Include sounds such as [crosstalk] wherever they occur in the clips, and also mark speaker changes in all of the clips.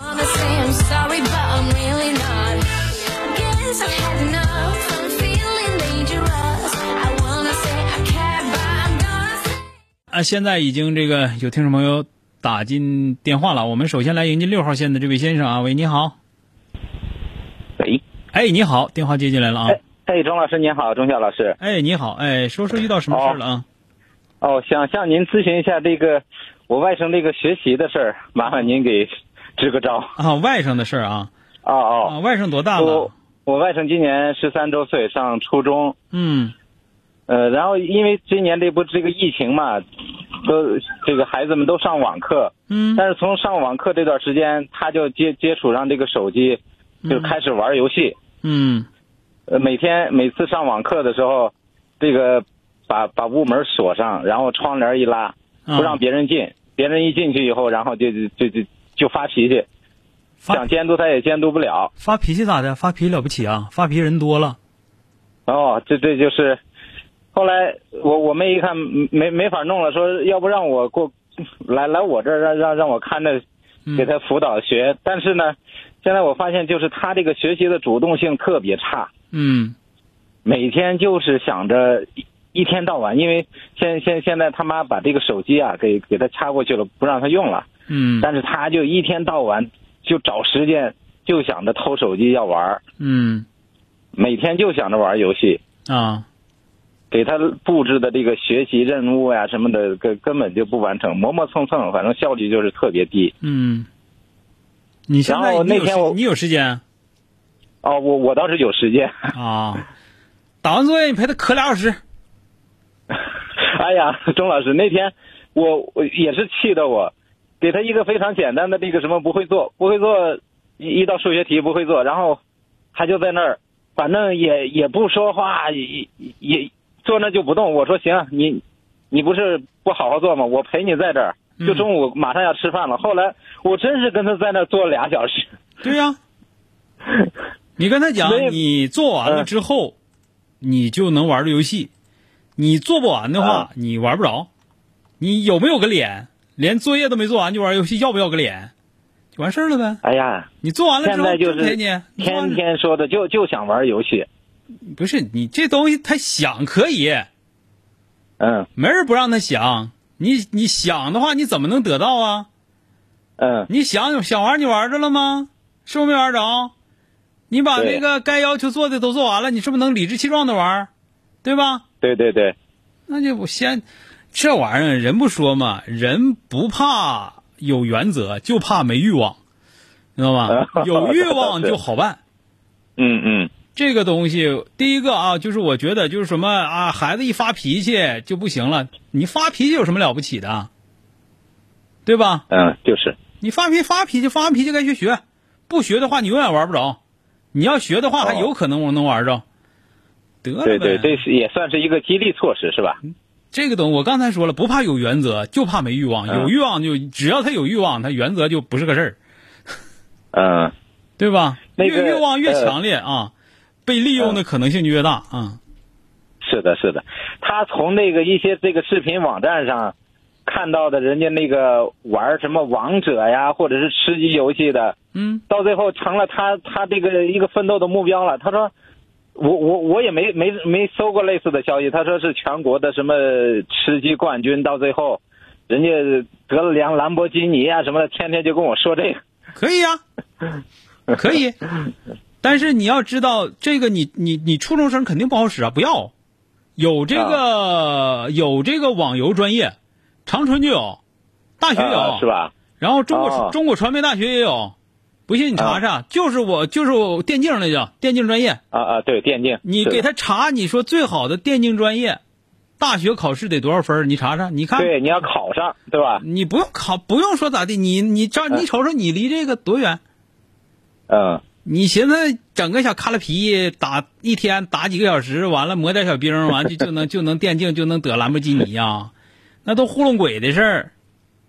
Speaker 1: Wanna say I'm sorry, but I'm really not. Guess I've had enough. I'm feeling dangerous. I wanna say I care, but I'm gonna say.
Speaker 2: 啊，现在已经这个有听众朋友打进电话了。我们首先来迎接六号线的这位先生啊，喂，你好，
Speaker 3: 喂，
Speaker 2: 哎，你好，电话接进来了啊，
Speaker 3: 哎哎，钟老师您好，钟晓老师，
Speaker 2: 哎，你好，哎，说说遇到什么事儿了啊？
Speaker 3: 哦，想向您咨询一下这个我外甥这个学习的事儿，麻烦您给支个招。
Speaker 2: 啊，外甥的事儿啊，啊，
Speaker 3: 哦
Speaker 2: 外甥多大
Speaker 3: 哦，我
Speaker 2: 了？
Speaker 3: 我外甥今年十三周岁，上初中。
Speaker 2: 嗯，
Speaker 3: 呃，然后因为今年这不这个疫情嘛，都这个孩子们都上网课，
Speaker 2: 嗯，
Speaker 3: 但是从上网课这段时间，他就接接触上这个手机，就开始玩游戏。
Speaker 2: 嗯，
Speaker 3: 呃，每天每次上网课的时候，这个把把屋门锁上，然后窗帘一拉，
Speaker 2: 啊
Speaker 3: 不让别人进。别人一进去以后，然后就就就就就发脾气，
Speaker 2: 发
Speaker 3: 想监督他也监督不了。
Speaker 2: 发脾气咋的？发脾气了不起啊？发脾气人多了，
Speaker 3: 哦，这这就是，后来我我妹一看嗯没没法弄了，说要不让我过来来我这儿让让让我看着
Speaker 2: 嗯
Speaker 3: 给他辅导学。但是呢，现在我发现就是他这个学习的主动性特别差。
Speaker 2: 嗯
Speaker 3: 每天就是想着一一天到晚，因为现现现在他妈把这个手机啊给给他掐过去了，不让他用了，
Speaker 2: 嗯
Speaker 3: 但是他就一天到晚就找时间就想着偷手机要玩儿，
Speaker 2: 嗯
Speaker 3: 每天就想着玩儿游戏，
Speaker 2: 啊，
Speaker 3: 给他布置的这个学习任务呀、什么的，根根本就不完成，磨磨蹭蹭，反正效率就是特别低。
Speaker 2: 嗯，你现
Speaker 3: 然
Speaker 2: 在
Speaker 3: 后
Speaker 2: 你
Speaker 3: 那
Speaker 2: 有
Speaker 3: 天我
Speaker 2: 时你有时
Speaker 3: [laughs]
Speaker 2: 间
Speaker 3: 哦，我我倒是有时间，
Speaker 2: 啊？打完作业你陪他磕俩小时，
Speaker 3: [laughs] 哎呀，钟老师，那天我我也是气得我，给他一个非常简单的这个什么不会做，不会做一一道数学题不会做，然后他就在那儿，反正也也不说话，也也也坐那就不动。我说行，你你不是不好好做吗？我陪你在这儿。
Speaker 2: 嗯
Speaker 3: 就中午马上要吃饭了，后来我真是跟他在那儿坐了俩小时。
Speaker 2: 对
Speaker 3: [laughs]
Speaker 2: 呀、你跟他
Speaker 3: 所以嗯
Speaker 2: 讲，你做完了之后，你就能玩儿游戏；你做不完的话
Speaker 3: 啊，
Speaker 2: 你玩不着。你有没有个脸？连作业都没做完就玩游戏，要不要个脸？就完事儿了呗。
Speaker 3: 哎呀，
Speaker 2: 你做完了
Speaker 3: 现
Speaker 2: 之后，
Speaker 3: 在就
Speaker 2: 真
Speaker 3: 是
Speaker 2: 陪你。你做完
Speaker 3: 天天说的就就想玩游戏，
Speaker 2: 不是你这东西，他想可以，
Speaker 3: 嗯
Speaker 2: 没人不让他想。你你想的话，你怎么能得到啊？
Speaker 3: 嗯
Speaker 2: 你想想玩儿你玩儿着了吗？是不是没玩儿着？你把
Speaker 3: 对
Speaker 2: 那个该要求做的都做完了，你是不是能理直气壮的玩儿？对吧？
Speaker 3: 对对对，
Speaker 2: 那就我先，这玩意儿人不说嘛，人不怕有原则，就怕没欲望，你知道吧？有欲望就好办。
Speaker 3: 嗯嗯
Speaker 2: 这个东西，第一个啊，就是我觉得就是什么啊，孩子一发脾气就不行了。你发脾气有什么了不起的，对吧？
Speaker 3: 嗯，就是
Speaker 2: 你发脾气发脾气发完脾气该学学，不学的话你永远玩不着。你要学的话，
Speaker 3: 哦
Speaker 2: 还有可能我能玩着。得了呗，
Speaker 3: [laughs] 对对，这是也算是一个激励措施是吧？
Speaker 2: 嗯这个东西我刚才说了，不怕有原则，就怕没欲望。
Speaker 3: 嗯
Speaker 2: 有欲望就只要他有欲望，他原则就不是个事儿，
Speaker 3: 嗯，
Speaker 2: 对吧？
Speaker 3: 那个
Speaker 2: 越欲望越
Speaker 3: 呃嗯
Speaker 2: 强烈、啊，被利用的可能性就越大啊、
Speaker 3: 是的，是的。他从那个一些这个视频网站上看到的人家那个玩什么王者呀，或者是吃鸡游戏的，
Speaker 2: 嗯
Speaker 3: 到最后成了他他这个一个奋斗的目标了。他说。我我我也没没没搜过类似的消息，他说是全国的什么吃鸡冠军，到最后，人家得了辆兰博基尼啊什么的，天天就跟我说这个。
Speaker 2: 可以
Speaker 3: [laughs]
Speaker 2: 呀、可以。但是你要知道，这个你你你初中生肯定不好使啊，不要。有这
Speaker 3: 啊
Speaker 2: 个、有这个网游专业，长春就有，大学有，
Speaker 3: 啊是？吧？
Speaker 2: 然后中国、
Speaker 3: 哦
Speaker 2: 中国传媒大学也有，不信你查查，就是我就是我电竞那叫电竞专业，
Speaker 3: 啊啊，对，电竞。
Speaker 2: 你
Speaker 3: 是的
Speaker 2: 给他查，你说最好的电竞专业，大学考试得多少分儿？你查查，你看
Speaker 3: 对，你要考上，对吧？
Speaker 2: 你不用考，不用
Speaker 3: 啊
Speaker 2: 说咋地，你你照你瞅瞅，你离这个多远？
Speaker 3: 嗯，
Speaker 2: 你寻思整个小卡拉皮打一天打几个小时，完了磨点小冰，完就就能就能电竞就能得兰博基尼呀、 [laughs] 那都糊弄鬼的事儿，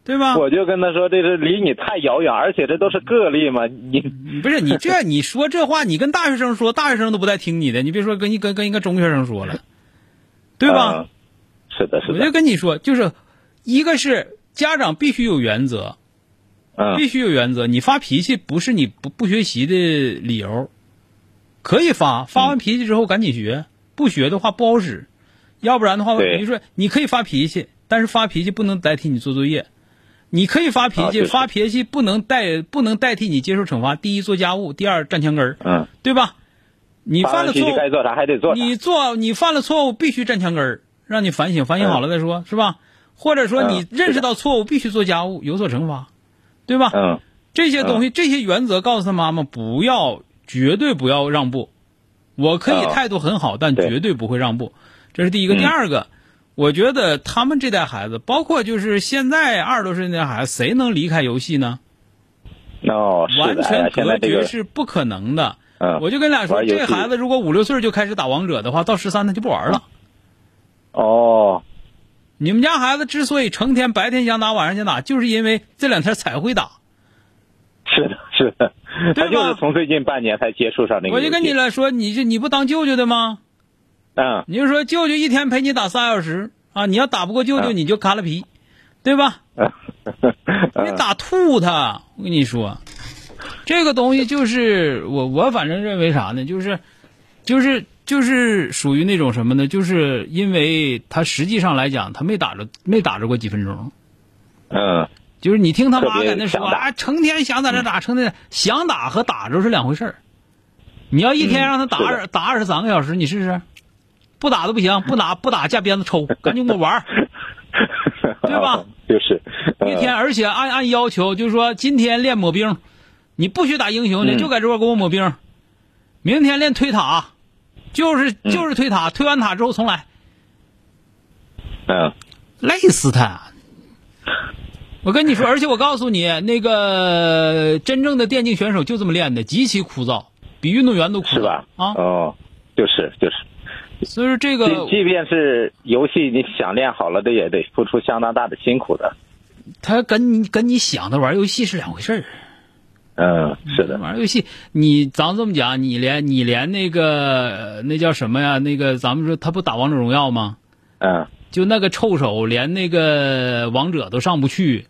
Speaker 2: 对吧？
Speaker 3: 嗯我就跟他说，这是离你太遥远，而且这都是个例嘛。你
Speaker 2: 不是你这你说这话，你跟大学生说，大学生都不带听你的，你别说跟一跟跟一个中学生说了，对吧？
Speaker 3: 嗯是的，是
Speaker 2: 我就
Speaker 3: 的，
Speaker 2: 跟你说，就是一个是家长必须有原则，
Speaker 3: 嗯
Speaker 2: 必须有原则。你发脾气不是你不不学习的理由，可以发，发完脾气之后赶紧学，不学的话不好使。要不然的话，
Speaker 3: 对
Speaker 2: 比如说你可以发脾气，但是发脾气不能代替你做作业。你可以发脾
Speaker 3: 啊
Speaker 2: 气，
Speaker 3: 就是
Speaker 2: 发脾气不能代不能代替你接受惩罚。第一，做家务；第二，站墙根儿，
Speaker 3: 嗯，
Speaker 2: 对吧？你
Speaker 3: 发
Speaker 2: 犯
Speaker 3: 完
Speaker 2: 了
Speaker 3: 脾
Speaker 2: 错
Speaker 3: 气
Speaker 2: 误，
Speaker 3: 该做啥还得做啥。
Speaker 2: 你做你犯了错误，必须站墙根儿，让你反省，反省好了再说，是吧？或者说
Speaker 3: 嗯
Speaker 2: 你认识到错误，必须做家务，有所惩罚，对吧？
Speaker 3: 嗯，
Speaker 2: 这些东西，这些原则告诉他妈妈，不要，绝对不要让步。我可以
Speaker 3: 嗯
Speaker 2: 态度很好，但
Speaker 3: 对
Speaker 2: 绝对不会让步，这是第一个。
Speaker 3: 嗯
Speaker 2: 第二个，我觉得他们这代孩子，包括就是现在二十多岁那代孩子，谁能离开游戏呢？
Speaker 3: 哦，是
Speaker 2: 完
Speaker 3: 的，哎呀
Speaker 2: 全
Speaker 3: 现
Speaker 2: 隔
Speaker 3: 在这
Speaker 2: 绝
Speaker 3: 个，
Speaker 2: 是不可能的。
Speaker 3: 嗯，
Speaker 2: 我就跟俩说，
Speaker 3: 玩游
Speaker 2: 这
Speaker 3: 戏
Speaker 2: 孩子如果五六岁就开始打王者的话，到十三他就不
Speaker 3: 啊
Speaker 2: 玩了。
Speaker 3: 哦，
Speaker 2: 你们家孩子之所以成天白天想打，晚上想打，就是因为这两天才会打。
Speaker 3: 是的，是的，
Speaker 2: [laughs] 对吧
Speaker 3: 他就是从最近半年才接触上那个。
Speaker 2: 我就跟你，来说，你这你不当舅舅的吗？
Speaker 3: 嗯，
Speaker 2: 你就说舅舅一天陪你打仨小时啊，你要打不过舅舅，
Speaker 3: 嗯
Speaker 2: 你就卡了皮，对吧？
Speaker 3: [laughs] 嗯
Speaker 2: 你
Speaker 3: 嗯
Speaker 2: 打吐他，我跟你说，这个东西就是我我反正认为啥呢？就是，就是就是属于那种什么呢？就是因为他实际上来讲，他没打着没打着过几分钟，
Speaker 3: 嗯，
Speaker 2: 就是你听他
Speaker 3: 特
Speaker 2: 妈
Speaker 3: 别
Speaker 2: 在那说，
Speaker 3: 想打
Speaker 2: 啊，
Speaker 3: 嗯
Speaker 2: 成天想在这打，成天想打和打着是两回事儿。你要一天让他打
Speaker 3: 嗯是的
Speaker 2: 二、打二十三个小时，你试试，不打都不
Speaker 3: [laughs]
Speaker 2: 行，不打不打架鞭子抽，赶紧给我玩儿。对吧
Speaker 3: 哦？ [laughs] 就是
Speaker 2: 一天，，而且按按要求，就是说今天练抹冰，你不许打英雄去，
Speaker 3: 嗯
Speaker 2: 就搁这块给我抹冰。明天练推塔，就是就是推塔，推完塔之后重来，
Speaker 3: 嗯
Speaker 2: 累死他。我跟你说，而且我告诉你，那个真正的电竞选手就这么练的，极其枯燥，比运动员都枯
Speaker 3: 嗯，
Speaker 2: 燥
Speaker 3: 是吧？
Speaker 2: 啊，
Speaker 3: 哦，就是就是。
Speaker 2: 所以说这个
Speaker 3: 即即便是游戏，你想练好了的，也得付出相当大的辛苦的。
Speaker 2: 他跟你跟你想的玩游戏是两回事儿。
Speaker 3: 嗯，是的，
Speaker 2: 玩游戏，你咱这么讲，你连你连那个呃那叫什么呀？那个咱们说他不打王者荣耀吗？
Speaker 3: 嗯，
Speaker 2: 就那个臭手，连那个王者都上不去。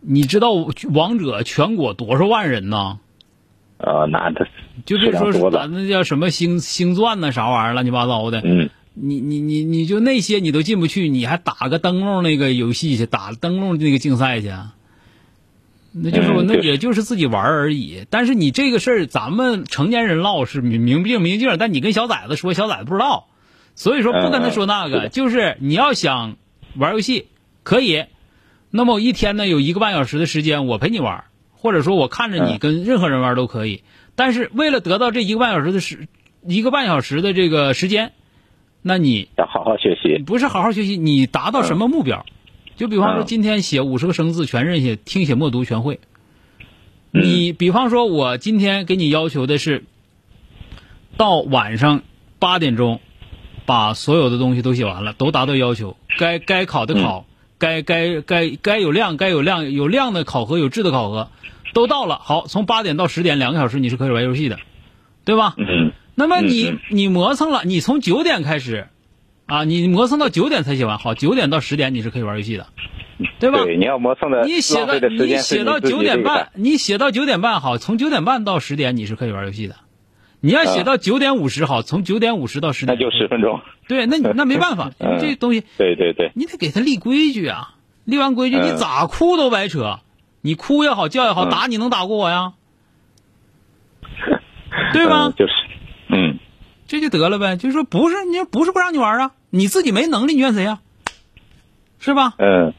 Speaker 2: 你知道王者全国多少万人呢？
Speaker 3: 呃，那的
Speaker 2: 就别
Speaker 3: 非常
Speaker 2: 说是
Speaker 3: 多
Speaker 2: 咱
Speaker 3: 的，
Speaker 2: 那叫什么星星钻呐，啥玩意儿乱七八糟的。
Speaker 3: 嗯，
Speaker 2: 你你你你就那些你都进不去，你还打个灯笼那个游戏去，打灯笼那个竞赛去，啊那就是我
Speaker 3: 嗯
Speaker 2: 那
Speaker 3: 对
Speaker 2: 也就是自己玩儿而已。但是你这个事儿，咱们成年人唠是明明镜明镜，但你跟小崽子说，小崽子不知道，所以说不跟他说那
Speaker 3: 嗯嗯是
Speaker 2: 个。
Speaker 3: 的
Speaker 2: 就是你要想玩游戏可以，那么我一天呢有一个半小时的时间，我陪你玩儿，或者说我看着你
Speaker 3: 嗯
Speaker 2: 跟任何人玩儿都可以。但是为了得到这一个半小时的时一个半小时的这个时间，那你
Speaker 3: 要好好学习。
Speaker 2: 不是好好学习，你达到什么目标？就比方说
Speaker 3: 嗯
Speaker 2: 今天写五十个生字全认写，听写默读全会。
Speaker 3: 嗯
Speaker 2: 你比方说，我今天给你要求的是，到晚上八点钟，把所有的东西都写完了，都达到要求，该该考的考，
Speaker 3: 嗯
Speaker 2: 该该该该有量，该有量有量的考核，有质的考核，都到了。好，从八点到十点两个小时，你是可以玩游戏的，对吧？
Speaker 3: 嗯
Speaker 2: 那么
Speaker 3: 嗯
Speaker 2: 你
Speaker 3: 嗯
Speaker 2: 你磨蹭了，你从九点开始，啊，你磨蹭到九点才写完，好，九点到十点你是可以玩游戏的，对吧？
Speaker 3: 对，你要磨蹭的，
Speaker 2: 你写
Speaker 3: 呃
Speaker 2: 到
Speaker 3: 浪费的时
Speaker 2: 你
Speaker 3: 间是
Speaker 2: 写
Speaker 3: 你
Speaker 2: 到
Speaker 3: 自己
Speaker 2: 九点
Speaker 3: 这个
Speaker 2: 半，你写到九点半好，从九点半到十点你是可以玩游戏的。你要写到九点五十好，从九点五十到十
Speaker 3: 啊那
Speaker 2: 点
Speaker 3: 就十分钟。
Speaker 2: 对，
Speaker 3: [laughs]
Speaker 2: 那你那没办法，因为
Speaker 3: 嗯
Speaker 2: 这东西
Speaker 3: 对对对，
Speaker 2: 你得给他立规矩啊，立完规矩
Speaker 3: 嗯
Speaker 2: 你咋哭都白扯，你哭也好叫也好，
Speaker 3: 嗯
Speaker 2: 打你能打过我
Speaker 3: [laughs]
Speaker 2: 呀？对吧
Speaker 3: 嗯？就是，嗯，
Speaker 2: 这就得了呗。就是说不是你不是不让你玩啊，你自己没能力，你怨谁呀、是吧？
Speaker 3: 嗯，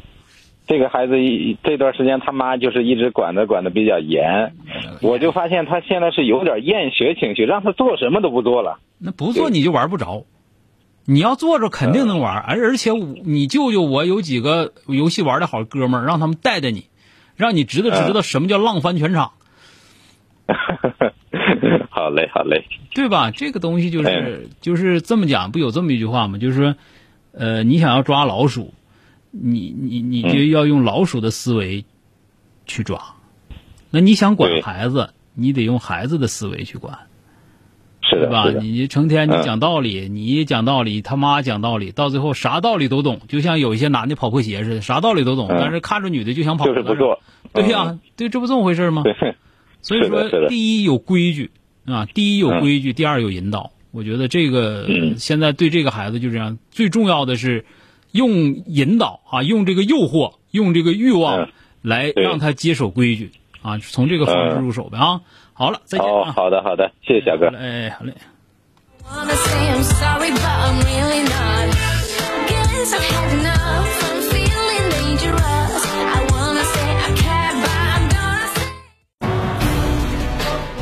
Speaker 3: 这个孩子一这段时间他妈就是一直管的管的比较严，
Speaker 2: 嗯
Speaker 3: 我就发现他现在是有点厌学情绪，让他做什么都不做了。 [laughs]
Speaker 2: 那不做你就玩不着，你要坐着肯定能玩。而、而且我你舅舅我有几个游戏玩的好哥们儿，让他们带带你，让你知道知道什么叫浪翻全场。
Speaker 3: 好嘞，好嘞，
Speaker 2: 对吧？这个东西就是、
Speaker 3: 嗯
Speaker 2: 就是这么讲，不有这么一句话吗？就是说，呃，你想要抓老鼠，你你你就要用老鼠的思维去抓。那你想管
Speaker 3: 对
Speaker 2: 孩子，你得用孩子的思维去管，
Speaker 3: 是
Speaker 2: 对
Speaker 3: 的，
Speaker 2: 吧
Speaker 3: 是？的，
Speaker 2: 你成天你
Speaker 3: 嗯
Speaker 2: 讲道理，你讲道理，他妈讲道理，到最后啥道理都懂，就像有一些男的跑破鞋似的，啥道理都懂，
Speaker 3: 嗯
Speaker 2: 但是看着女的就想跑，
Speaker 3: 就是不做，
Speaker 2: 但是。对呀、
Speaker 3: 嗯
Speaker 2: 对，这不这么回事吗？
Speaker 3: 对，
Speaker 2: 所以
Speaker 3: 是的是
Speaker 2: 说，
Speaker 3: 的
Speaker 2: 第一有规矩啊，第一有
Speaker 3: 嗯
Speaker 2: 规矩，第二有引导。我觉得这个、
Speaker 3: 嗯
Speaker 2: 现在对这个孩子就这样，最重要的是用引导啊，用这个诱惑，用这个欲望、
Speaker 3: 嗯
Speaker 2: 来
Speaker 3: 对
Speaker 2: 让他接手规矩啊，从这个方式
Speaker 3: 嗯
Speaker 2: 入手呗啊。好了，再见
Speaker 3: 哦，
Speaker 2: 啊，
Speaker 3: [laughs] 好的，好的，谢谢小哥
Speaker 2: 好嘞。哎，好嘞。
Speaker 1: Wanna say I'm sorry, but I'm really not. Guess I've had enough. I'm feeling dangerous. I wanna say I care, but I'm gonna say.